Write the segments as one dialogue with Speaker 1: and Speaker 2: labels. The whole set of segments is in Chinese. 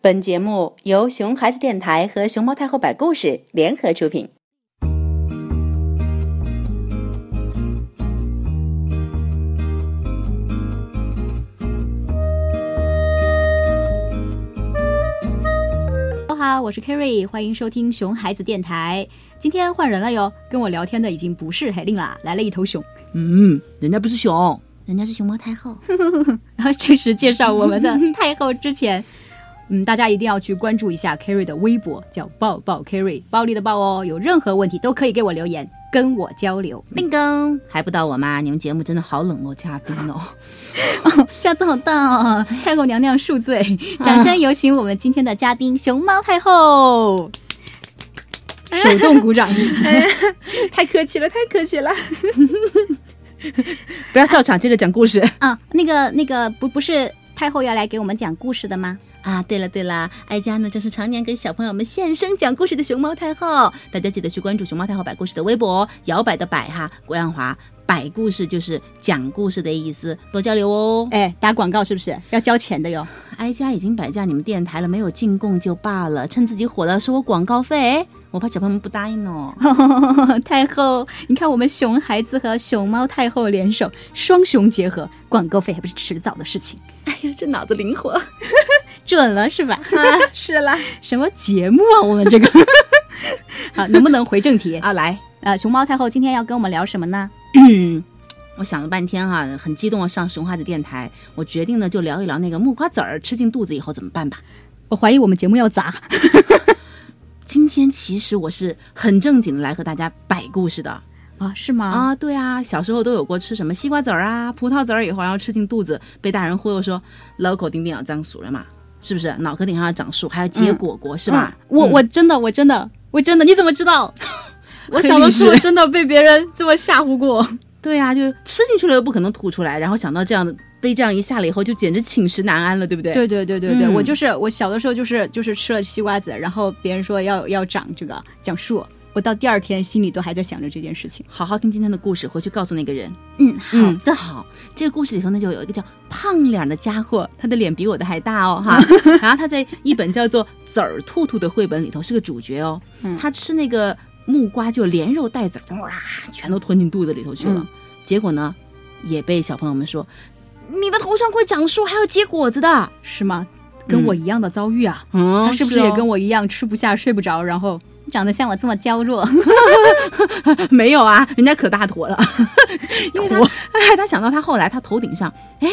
Speaker 1: 本节目由熊孩子电台和熊猫太后摆故事联合出品。
Speaker 2: 大家好，我是 Kerry，欢迎收听熊孩子电台。今天换人了哟，跟我聊天的已经不是海令啦，来了一头熊。
Speaker 3: 嗯，人家不是熊，人家是熊猫太后。
Speaker 2: 然后这是介绍我们 的太后之前，嗯，大家一定要去关注一下 Kerry 的微博，叫抱抱 Kerry，暴力的暴哦。有任何问题都可以给我留言，跟我交流。嗯
Speaker 3: 变
Speaker 1: 嗯
Speaker 3: 更还不到我妈，你们节目真的好冷落嘉宾 哦。
Speaker 2: 架子好大哦，太后娘娘 恕罪。掌声有请我们今天的嘉宾熊猫太 后，手动鼓掌。
Speaker 1: 太客气了，太客气了。
Speaker 3: 不要笑场，接着讲故事
Speaker 2: 啊，那个那个不不是太后要来给我们讲故事的吗？
Speaker 3: 啊！对了对了，哀家呢正是常年给小朋友们现身讲故事的熊猫太后，大家记得去关注熊猫太后摆故事的微博哦，摇摆的摆哈，郭样华摆故事就是讲故事的意思，多交流哦。
Speaker 2: 哎，打广告是不是要交钱的哟？
Speaker 3: 哀家已经摆架你们电台了，没有进贡就罢了，趁自己火了收我广告费，哎我怕小朋友们不答应哦。
Speaker 2: 太后，你看我们熊孩子和熊猫太后联手，双雄结合，广告费还不是迟早的事情？
Speaker 3: 哎呀，这脑子灵 活。
Speaker 2: 准了是吧？
Speaker 1: 啊，是啦，
Speaker 2: 什么节目啊？我们这个 好，能不能回正题？
Speaker 3: 啊，来，
Speaker 2: 呃，熊猫太后今天要跟我们聊什么呢？
Speaker 3: 我想了半天哈、很激动，上熊孩子电台，我决定呢就聊一聊那个木瓜籽儿吃进肚子以后怎么办吧。
Speaker 2: 我怀疑我们节目要砸。
Speaker 3: 今天其实我是很正经的来和大家摆故事的
Speaker 2: 啊，是吗？
Speaker 3: 啊，对啊，小时候都有过吃什么西瓜籽儿啊、葡萄籽儿以后，然后吃进肚子，被大人忽悠说脑壳顶顶要长树了嘛，是不是？脑壳顶上要长树，还要结果果、是吧
Speaker 2: 嗯？我
Speaker 3: 嗯
Speaker 2: 我真的我真的我真的，你怎么知道？我小的
Speaker 3: 历
Speaker 2: 时候
Speaker 3: 史
Speaker 2: 真的被别人这么吓唬过。
Speaker 3: 对啊，就吃进去了又不可能吐出来，然后想到这样的被这样一下了以后，就简直寝食难安了，对不对？
Speaker 2: 对对对对对，
Speaker 3: 嗯
Speaker 2: 我就是我小的时候就是就是吃了西瓜子，然后别人说要要长这个讲树，我到第二天心里都还在想着这件事情。
Speaker 3: 好好听今天的故事，回去告诉那个人。
Speaker 2: 嗯，
Speaker 3: 好的，好。这个故事里头呢，就有一个叫胖脸儿的家伙，他的脸比我的还大哦， 哈。然后他在一本叫做《籽儿兔兔》的绘本里头是个主角哦，
Speaker 2: 嗯
Speaker 3: 他吃那个木瓜就连肉带籽儿，哇，全都吞进肚子里头去了。
Speaker 2: 嗯
Speaker 3: 结果呢，也被小朋友们说，你的头上会长树，还要结果子的。
Speaker 2: 是吗？跟我
Speaker 3: 嗯
Speaker 2: 一样的遭遇啊，
Speaker 3: 嗯
Speaker 2: 他是不是也跟
Speaker 3: 我、
Speaker 2: 我一样吃不下、睡不着，然后长得像我这么娇 弱？
Speaker 3: 没有啊？人家可大坨了， 因为他哎，他想到他后来他头顶上，哎，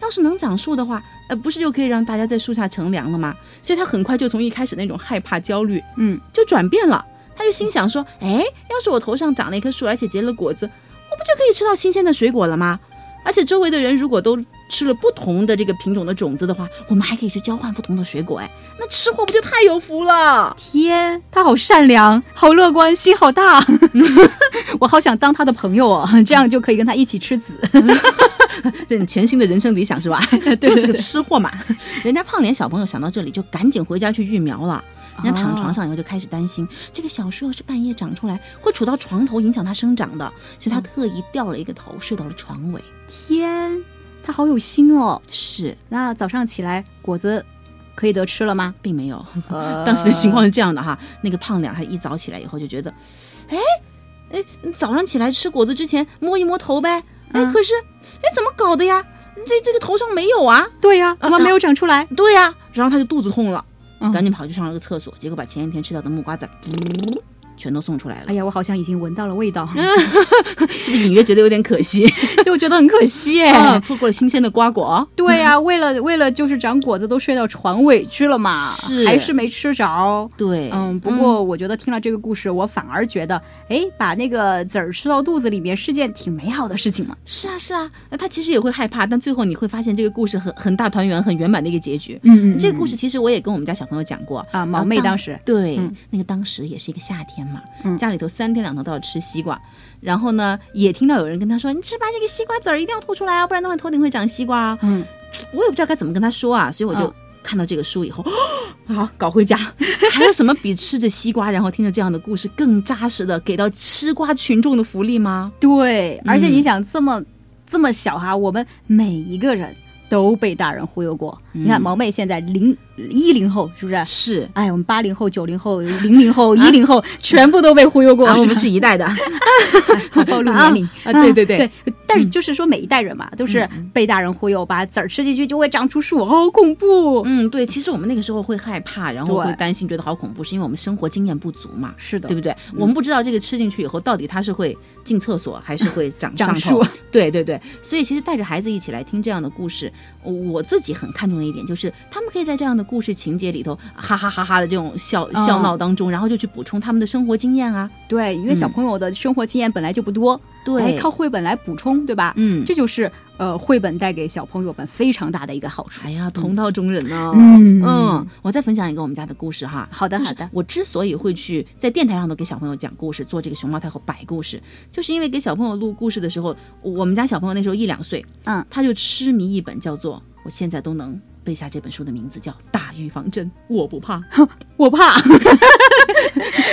Speaker 3: 要是能长树的话，呃，不是就可以让大家在树下乘凉了吗？所以他很快就从一开始那种害怕、焦虑，
Speaker 2: 嗯，
Speaker 3: 就转变了。他就心想说，哎，要是我头上长了一棵树，而且结了果子，我不就可以吃到新鲜的水果了吗？而且周围的人如果都吃了不同的这个品种的种子的话，我们还可以去交换不同的水果，哎，那吃货不就太有福了？
Speaker 2: 天，他好善良，好乐观，心好 大，我好想当他的朋友哦，这样就可以跟他一起吃籽。
Speaker 3: 这你全新的人生理想是吧？ 就是个吃货嘛。人家胖脸小朋友想到这里，就赶紧回家去育苗了。人家躺床上以后就开始担心，这个小树要是半夜长出来，会杵到床头，影响它生长的，所以他特意掉了一个头，睡到了床尾。
Speaker 2: 天，他好有心哦。
Speaker 3: 是，
Speaker 2: 那早上起来果子可以得吃了吗？
Speaker 3: 并没有。
Speaker 2: 呃
Speaker 3: 当时的情况是这样的哈，那个胖脸儿他一早起来以后就觉得，哎，哎，早上起来吃果子之前摸一摸头呗，哎，
Speaker 2: 嗯
Speaker 3: 可是，哎，怎么搞的呀？这这个头上没有啊？
Speaker 2: 对呀、怎么
Speaker 3: 嗯
Speaker 2: 没有长出来？
Speaker 3: 对呀、然后他就肚子痛了，
Speaker 2: 嗯
Speaker 3: 赶紧跑去上了个厕所，结果把前一天吃掉的木瓜籽儿全都送出来了
Speaker 2: 哎，呀，我好像已经闻到了味 道，
Speaker 3: 是不是隐约觉得有点可惜？
Speaker 2: 就觉得很可惜 哎
Speaker 3: 啊，。错过了新鲜的瓜果。
Speaker 2: 对呀、为了为了就是长果子都睡到床尾去了嘛，
Speaker 3: 是
Speaker 2: 还是没吃着。
Speaker 3: 对，
Speaker 2: 嗯，不过我觉得听了这个故事，我反而觉得，哎，把那个籽儿吃到肚子里面是件挺美好的事情嘛。
Speaker 3: 是啊是啊，那他其实也会害怕，但最后你会发现这个故事很很大团圆、很圆满的一个结局。
Speaker 2: 嗯
Speaker 3: 这个故事其实我也跟我们家小朋友讲过
Speaker 2: 啊，毛妹当时，
Speaker 3: 对，
Speaker 2: 嗯
Speaker 3: 那个当时也是一个夏天嘛，
Speaker 2: 嗯
Speaker 3: 家里头三天两头都要吃西瓜，然后呢，也听到有人跟他说：“你只把这个西瓜籽儿一定要吐出来啊，不然的话头顶会长西瓜啊。
Speaker 2: 嗯，”
Speaker 3: 我也不知道该怎么跟他说啊，所以我就
Speaker 2: 嗯
Speaker 3: 看到这个书以后， 好搞回家。 还有什么比吃着西瓜，然后听着这样的故事更扎实的给到吃瓜群众的福利吗？
Speaker 2: 对，而且
Speaker 3: 嗯
Speaker 2: 你想这么、这么小哈，我们每一个人都被大人忽悠过。你看
Speaker 3: 嗯
Speaker 2: 毛妹现在零一零后，是不是？
Speaker 3: 是
Speaker 2: 哎，我们八零后、九零后、零零后、一零后，全部都被忽悠过。
Speaker 3: 啊啊，我们
Speaker 2: 吧
Speaker 3: 是一 代的，
Speaker 2: 好暴露年龄
Speaker 3: 啊对对对嗯
Speaker 2: 对。但是就是说，每一代人嘛，都是被大人忽悠，把籽儿吃进去就会长出树， 好恐怖。
Speaker 3: 嗯，对，其实我们那个时候会害怕，然后
Speaker 2: 对
Speaker 3: 会担心，觉得好恐怖，是因为我们生活经验不足嘛，
Speaker 2: 是的
Speaker 3: 对，不对？我们不知道这个吃进去以后到底它是会进厕所还是会长
Speaker 2: 长
Speaker 3: 上头
Speaker 2: 树
Speaker 3: 对对对，所以其实带着孩子一起来听这样的故事，我我自己很看重的一点就是，他们可以在这样的故事情节里头哈哈哈哈的这种笑
Speaker 2: 嗯
Speaker 3: 笑闹当中，然后就去补充他们的生活经验啊，
Speaker 2: 对，因为小朋友的生活经验本来就不多，哎
Speaker 3: 对，
Speaker 2: 靠绘本来补充，对吧？
Speaker 3: 嗯
Speaker 2: 这就是呃，绘本带给小朋友们非常大的一个好处
Speaker 3: 哎。呀，同道中人呢、
Speaker 2: 嗯
Speaker 3: 嗯，我再分享一个我们家的故事哈。
Speaker 2: 好的
Speaker 3: 就是
Speaker 2: 好的
Speaker 3: 我之所以会去在电台上头给小朋友讲故事，做这个熊猫太后摆故事，就是因为给小朋友录故事的时候，我们家小朋友那时候一两岁，
Speaker 2: 嗯，
Speaker 3: 他就痴迷一本叫做我现在都能背下这本书的名字叫《大预防针》，我不 怕。
Speaker 2: 我怕，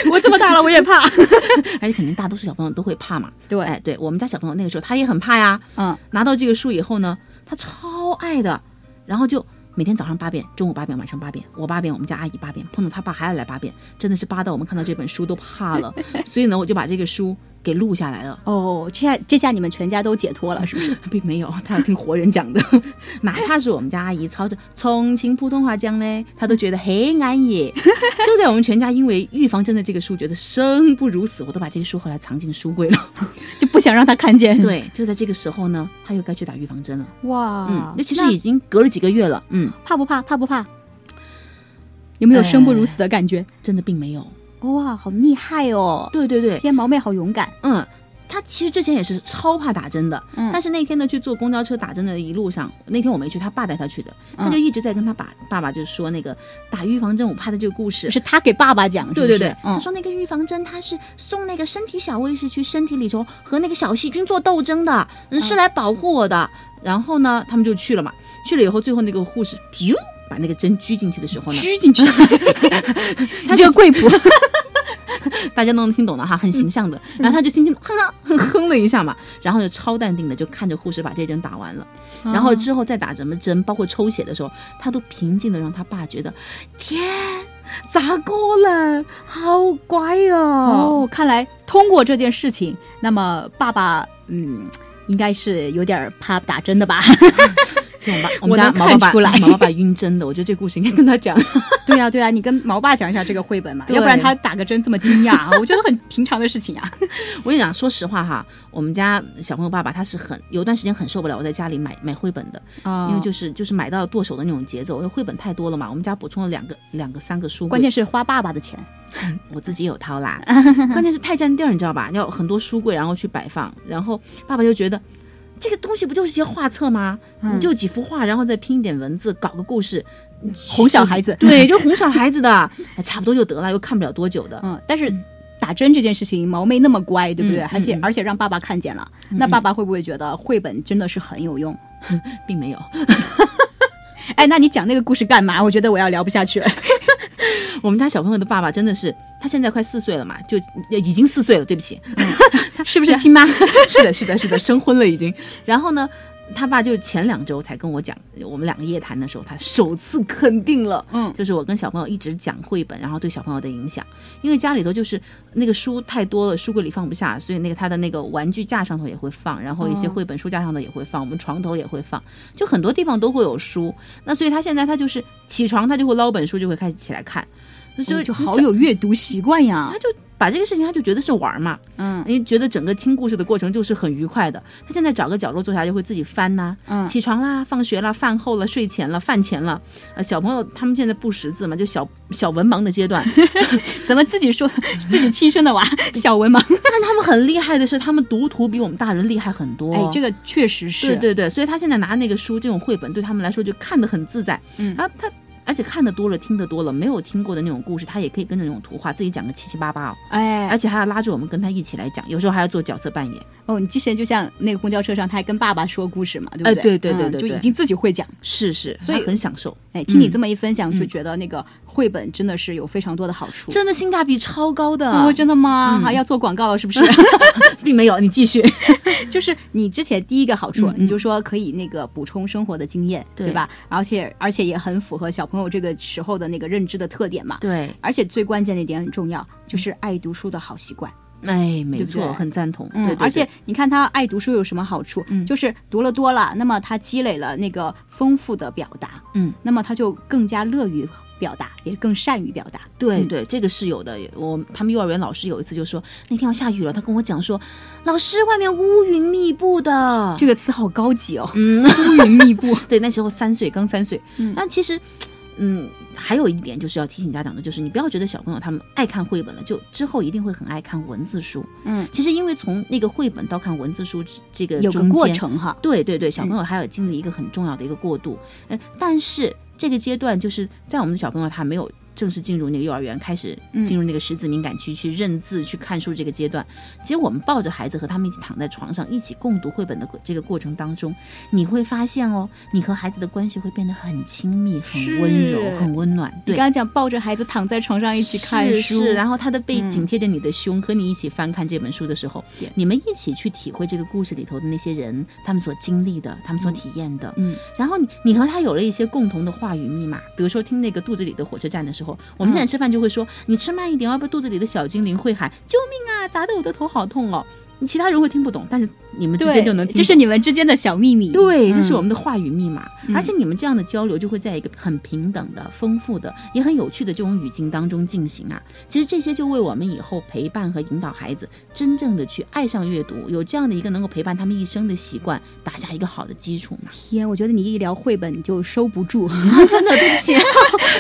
Speaker 2: 我这么大了我也怕。
Speaker 3: 而且肯定大多数小朋友都会怕嘛。
Speaker 2: 对
Speaker 3: 哎，对我们家小朋友那个时候他也很怕呀，
Speaker 2: 嗯，
Speaker 3: 拿到这个书以后呢，他超爱的，然后就每天早上八遍，中午八遍，晚上八遍，我八遍，我们家阿姨八遍，碰到他爸还要来八遍，真的是扒到我们看到这本书都怕了。 所以呢，我就把这个书给录下来了。
Speaker 2: 哦，这下这下你们全家都解脱了，是不是？
Speaker 3: 并没有，他要听活人讲的， 哪怕是我们家阿姨操着重庆普通话讲呢，他都觉得很安逸。 就在我们全家因为预防针的这个书觉得生不如死，我都把这个书后来藏进书柜了。
Speaker 2: 就不想让他看见。，
Speaker 3: 对，就在这个时候呢，他又该去打预防针了。
Speaker 2: 哇，
Speaker 3: 嗯，那其
Speaker 2: 那
Speaker 3: 实已经隔了几个月了，嗯，
Speaker 2: 怕不怕？怕不怕？有没有生不如死的感觉？
Speaker 3: 真的并没有。
Speaker 2: 哎哇，好厉害哦！
Speaker 3: 对对对，
Speaker 2: 天，毛妹好勇敢。
Speaker 3: 嗯，他其实之前也是超怕打针的，
Speaker 2: 嗯
Speaker 3: 但是那天呢去坐公交车打针的一路上，那天我没去，他爸带他去的，
Speaker 2: 嗯
Speaker 3: 他就一直在跟他爸爸爸就说那个打预防针我怕的这个故事。
Speaker 2: 是他给爸爸讲，是不
Speaker 3: 对
Speaker 2: 是
Speaker 3: 对对，他
Speaker 2: 嗯，
Speaker 3: 说那个预防针，它是送那个身体小卫士去身体里头和那个小细菌做斗争的，嗯，是来保护我的。然后呢，他们就去了嘛，去了以后，最后那个护士，咻，把那个针狙进去的时候呢，
Speaker 2: 拘进去，
Speaker 3: 他这个贵 妇，大家都能听懂的
Speaker 2: 嗯
Speaker 3: 哈，很形象的。然后他就轻轻地哼哼哼了一下嘛，然后就超淡定的就看着护士把这针打完了，
Speaker 2: 哦嗯
Speaker 3: 然后之后再打什么针，包括抽血的时候，他都平静的让他爸觉得，天，咋过了，好乖哦。
Speaker 2: 哦，看来通过这件事情，那么爸爸，嗯。应该是有点儿怕打针的 吧？
Speaker 3: 这 种吧，我们家
Speaker 2: 我能
Speaker 3: 毛爸爸
Speaker 2: 看出来
Speaker 3: 毛爸爸晕针的，我觉得这故事应该跟他讲。
Speaker 2: 对呀、对呀、啊你跟毛爸讲一下这个绘本嘛，
Speaker 3: 对
Speaker 2: 要不然他打个针这么惊讶啊，我觉得很平常的事情 啊。
Speaker 3: 我跟你讲，说实话哈，我们家小朋友爸爸他是很有段时间很受不了我在家里买买绘本的，
Speaker 2: 哦
Speaker 3: 因为就是就是买到剁手的那种节奏，因为绘本太多了嘛。我们家补充了两个、两个、三个书柜，
Speaker 2: 关键是花爸爸的钱，
Speaker 3: 我自己有掏 啦。关键是太占地儿，你知道吧？要很多书柜，然后去摆放。然后爸爸就觉得，这个东西不就是一些画册吗？
Speaker 2: 嗯
Speaker 3: 你就几幅画，然后再拼一点文字，搞个故事，
Speaker 2: 哄小孩子。
Speaker 3: 对，就哄小孩子的，哎差不多就得了，又看不了多久的。
Speaker 2: 嗯，但是打针这件事情，毛妹那么乖，对不对？
Speaker 3: 嗯
Speaker 2: 而且、
Speaker 3: 嗯
Speaker 2: 而且让爸爸看见了，那爸爸会不会觉得绘本真的是很有用？
Speaker 3: 并没有，
Speaker 2: 哎，那你讲那个故事干嘛？我觉得我要聊不 下去了。
Speaker 3: 我们家小朋友的爸爸真的是，他现在快四岁了嘛，就已经四岁了，对不起，
Speaker 2: 嗯 是不是亲妈？
Speaker 3: 是的，是的，是的，生婚了已经。然后呢，他爸就前两周才跟我讲，我们两个夜谈的时候，他首次肯定了，
Speaker 2: 嗯
Speaker 3: 就是我跟小朋友一直讲绘本，然后对小朋友的影响。因为家里头就是那个书太多了，书柜里放不下，所以那个他的那个玩具架上头也会放，然后一些
Speaker 2: 哦
Speaker 3: 绘本书架上头也会放，我们床头也会放，就很多地方都会有书。那所以他现在他就是起床他就会捞本书，就会开始起来看，所以
Speaker 2: 哦就好。有阅读习惯呀
Speaker 3: 他。就把这个事情，他就觉得是玩儿嘛，
Speaker 2: 嗯
Speaker 3: 因为觉得整个听故事的过程就是很愉快的。他现在找个角落坐下就会自己翻呐、
Speaker 2: 嗯
Speaker 3: 起床啦，放学啦，饭后了，睡前了，饭前了。呃，小朋友他们现在不识字嘛，就小小文盲的阶 段。
Speaker 2: 咱们自己说 自己亲生 的娃，小文盲。
Speaker 3: 但他们很厉害的是，他们读图比我们大人厉害很多。
Speaker 2: 哎，这个确实是。
Speaker 3: 对对对，所以他现在拿那个书这种绘本，对他们来说就看得很自在。
Speaker 2: 嗯
Speaker 3: 然后他。而且看得多了，听得多了，没有听过的那种故事，他也可以跟着那种图画自己讲个七七八八哦，而
Speaker 2: 哎
Speaker 3: 且还要拉着我们跟他一起来讲，有时候还要做角色扮演。
Speaker 2: 哦，你之前就像那个公交车上，他还跟爸爸说故事嘛，对不
Speaker 3: 哎
Speaker 2: 对
Speaker 3: 对对对对
Speaker 2: 嗯，就
Speaker 3: 对
Speaker 2: 已经自己会讲。
Speaker 3: 是是，
Speaker 2: 所以
Speaker 3: 他很享受。
Speaker 2: 哎，听你
Speaker 3: 嗯
Speaker 2: 这么一分享，就
Speaker 3: 嗯
Speaker 2: 觉得那个绘本真的是有非常多的好处。
Speaker 3: 真的性价比超高的，
Speaker 2: 哦，真的吗？
Speaker 3: 嗯
Speaker 2: 还要做广告了 是不是？
Speaker 3: 并没有。你继续，
Speaker 2: 就是你之前第一个好处，
Speaker 3: 嗯嗯
Speaker 2: 你就说可以那个补充生活的经验，
Speaker 3: 对
Speaker 2: 吧？而且而且也很符合小朋朋友这个时候的那个认知的特点嘛。
Speaker 3: 对，
Speaker 2: 而且最关键的一点很重要，就是爱读书的好习惯。
Speaker 3: 哎，没
Speaker 2: 对不
Speaker 3: 错，
Speaker 2: 对
Speaker 3: 很赞同。
Speaker 2: 嗯，
Speaker 3: 对对
Speaker 2: 而且
Speaker 3: 对
Speaker 2: 你看他爱读书有什么好处？
Speaker 3: 嗯
Speaker 2: 就是读了多了，那么他积累了那个丰富的表达，
Speaker 3: 嗯，
Speaker 2: 那么他就更加乐于表达，也更善于表达。
Speaker 3: 对
Speaker 2: 嗯
Speaker 3: 对，这个是有的。我他们幼儿园老师有一次就说，那天要下雨了，他跟我讲说，老师外面乌云密布的。
Speaker 2: 这个词好高级哦，
Speaker 3: 嗯，
Speaker 2: 乌云密布。
Speaker 3: 对，那时候三岁，刚三岁。
Speaker 2: 嗯
Speaker 3: 但其实，嗯，还有一点就是要提醒家长的，就是你不要觉得小朋友他们爱看绘本了，就之后一定会很爱看文字书。
Speaker 2: 嗯，
Speaker 3: 其实因为从那个绘本到看文字书这个
Speaker 2: 有个
Speaker 3: 中
Speaker 2: 过
Speaker 3: 间
Speaker 2: 程哈。嗯
Speaker 3: 对对对，小朋友还有经历一个很重要的一个过渡。呃，但是这个阶段就是在我们的小朋友他没有正式进入那个幼儿园，开始
Speaker 2: 嗯
Speaker 3: 进入那个识字敏感区去认字、去看书这个阶段，其实我们抱着孩子和他们一起躺在床上，一起共读绘本的这个过程当中，你会发现哦，你和孩子的关系会变得很亲密、很温柔
Speaker 2: 是、
Speaker 3: 很温暖。
Speaker 2: 你
Speaker 3: 对
Speaker 2: 刚。刚讲抱着孩子躺在床上一起看书，
Speaker 3: 是是，然后他的背
Speaker 2: 嗯
Speaker 3: 紧贴着你的胸，和你一起翻看这本书的时候，
Speaker 2: 对
Speaker 3: 你们一起去体会这个故事里头的那些人，他们所经历的，他们所体验的。
Speaker 2: 嗯，
Speaker 3: 然后你你和他有了一些共同的话语密码，比如说听那个肚子里的火车站的时候，
Speaker 2: 嗯
Speaker 3: 我们现在吃饭就会说、你吃慢一点哦，要不肚子里的小精灵会喊救命啊，砸得我的头好痛哦。其他人会听不懂，但是你们之
Speaker 2: 对，
Speaker 3: 间就能听懂。
Speaker 2: 这是你们之间的小秘密。
Speaker 3: 对，这是
Speaker 2: 嗯
Speaker 3: 我们的话语密码，
Speaker 2: 嗯
Speaker 3: 而且你们这样的交流就会在一个很平等的、丰富的、也很有趣的这种语境当中进行啊。其实这些就为我们以后陪伴和引导孩子真正的去爱上阅读，有这样的一个能够陪伴他们一生的习惯，打下一个好的基础嘛。
Speaker 2: 天，我觉得你一聊绘本你就收不住，
Speaker 3: 真的，对不 起，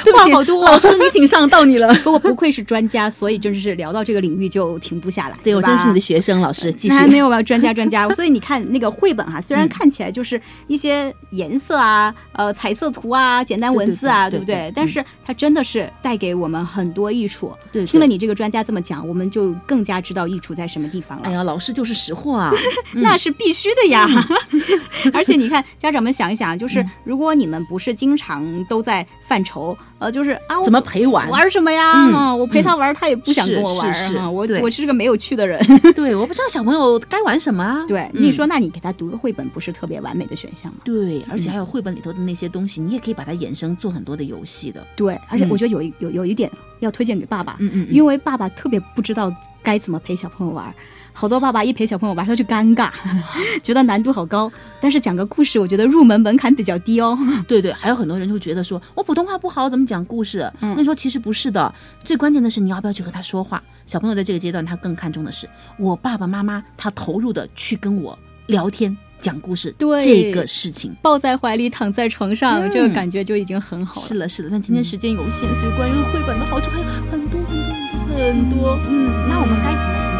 Speaker 2: 对
Speaker 3: 话好啊
Speaker 2: 多
Speaker 3: 老师，你请上，到你了。
Speaker 2: 不过不愧是专家，所以真是聊到这个领域就停不下来。
Speaker 3: 对我
Speaker 2: 吧
Speaker 3: 真是你的学生，老师，继续
Speaker 2: 那。还没有吧？专家专家， 所以你看那个绘本哈、啊虽
Speaker 3: 嗯
Speaker 2: 然看起来就是一些颜色啊、呃彩色图啊、简单文字啊，
Speaker 3: 对
Speaker 2: 不
Speaker 3: 对对对嗯
Speaker 2: 对
Speaker 3: 对？
Speaker 2: 但是它真的是带给我们很多益处。
Speaker 3: 对对
Speaker 2: 听了你这个专家这么讲，我们就更加知道益处在什么地方了。
Speaker 3: 哎呀，老师就是识货 啊！
Speaker 2: 那是必须的呀。 而且你看，家长们想一 想，啊就是如果你们不是经常都在犯愁，呃，就是啊，我
Speaker 3: 怎么陪玩？
Speaker 2: 玩什么呀？
Speaker 3: 嗯
Speaker 2: 啊我陪他玩，他也不想
Speaker 3: 是
Speaker 2: 跟我玩
Speaker 3: 是是
Speaker 2: 啊。我
Speaker 3: 对
Speaker 2: 我是个没有趣的人。
Speaker 3: 对，我不知道小朋友该玩什么啊。
Speaker 2: 对，
Speaker 3: 嗯
Speaker 2: 你说，那你给他读个绘本，不是特别完美的选项吗？
Speaker 3: 对，而
Speaker 2: 嗯
Speaker 3: 且还有绘本里头的那些东西，你也可以把它衍生做很多的游戏的。
Speaker 2: 对，而且
Speaker 3: 嗯
Speaker 2: 我觉得有一有有一点要推荐给爸爸，
Speaker 3: 嗯嗯因
Speaker 2: 因为爸爸特别不知道该怎么陪小朋友玩。好多爸爸一陪小朋友玩，他就尴尬， 觉得难度好高。但是讲个故事，我觉得入门门槛比较低哦。
Speaker 3: 为对对，还有很多人就觉得说我普通话不好，怎么讲故事？
Speaker 2: 嗯
Speaker 3: 那你说其实不是的，最关键的是你要不要去和他说话。小朋友在这个阶段，他更看重的是我爸爸妈妈他投入的去跟我聊天、讲故事
Speaker 2: 对
Speaker 3: 这个事情。
Speaker 2: 抱在怀里，躺在床上，
Speaker 3: 嗯
Speaker 2: 这个感觉就已经很好
Speaker 3: 是
Speaker 2: 了。
Speaker 3: 了是了，但今天
Speaker 2: 嗯
Speaker 3: 时间有限，所以关于绘本的好处还有很多很多很多。
Speaker 2: 嗯，
Speaker 3: 那我们该怎么引导？
Speaker 2: 嗯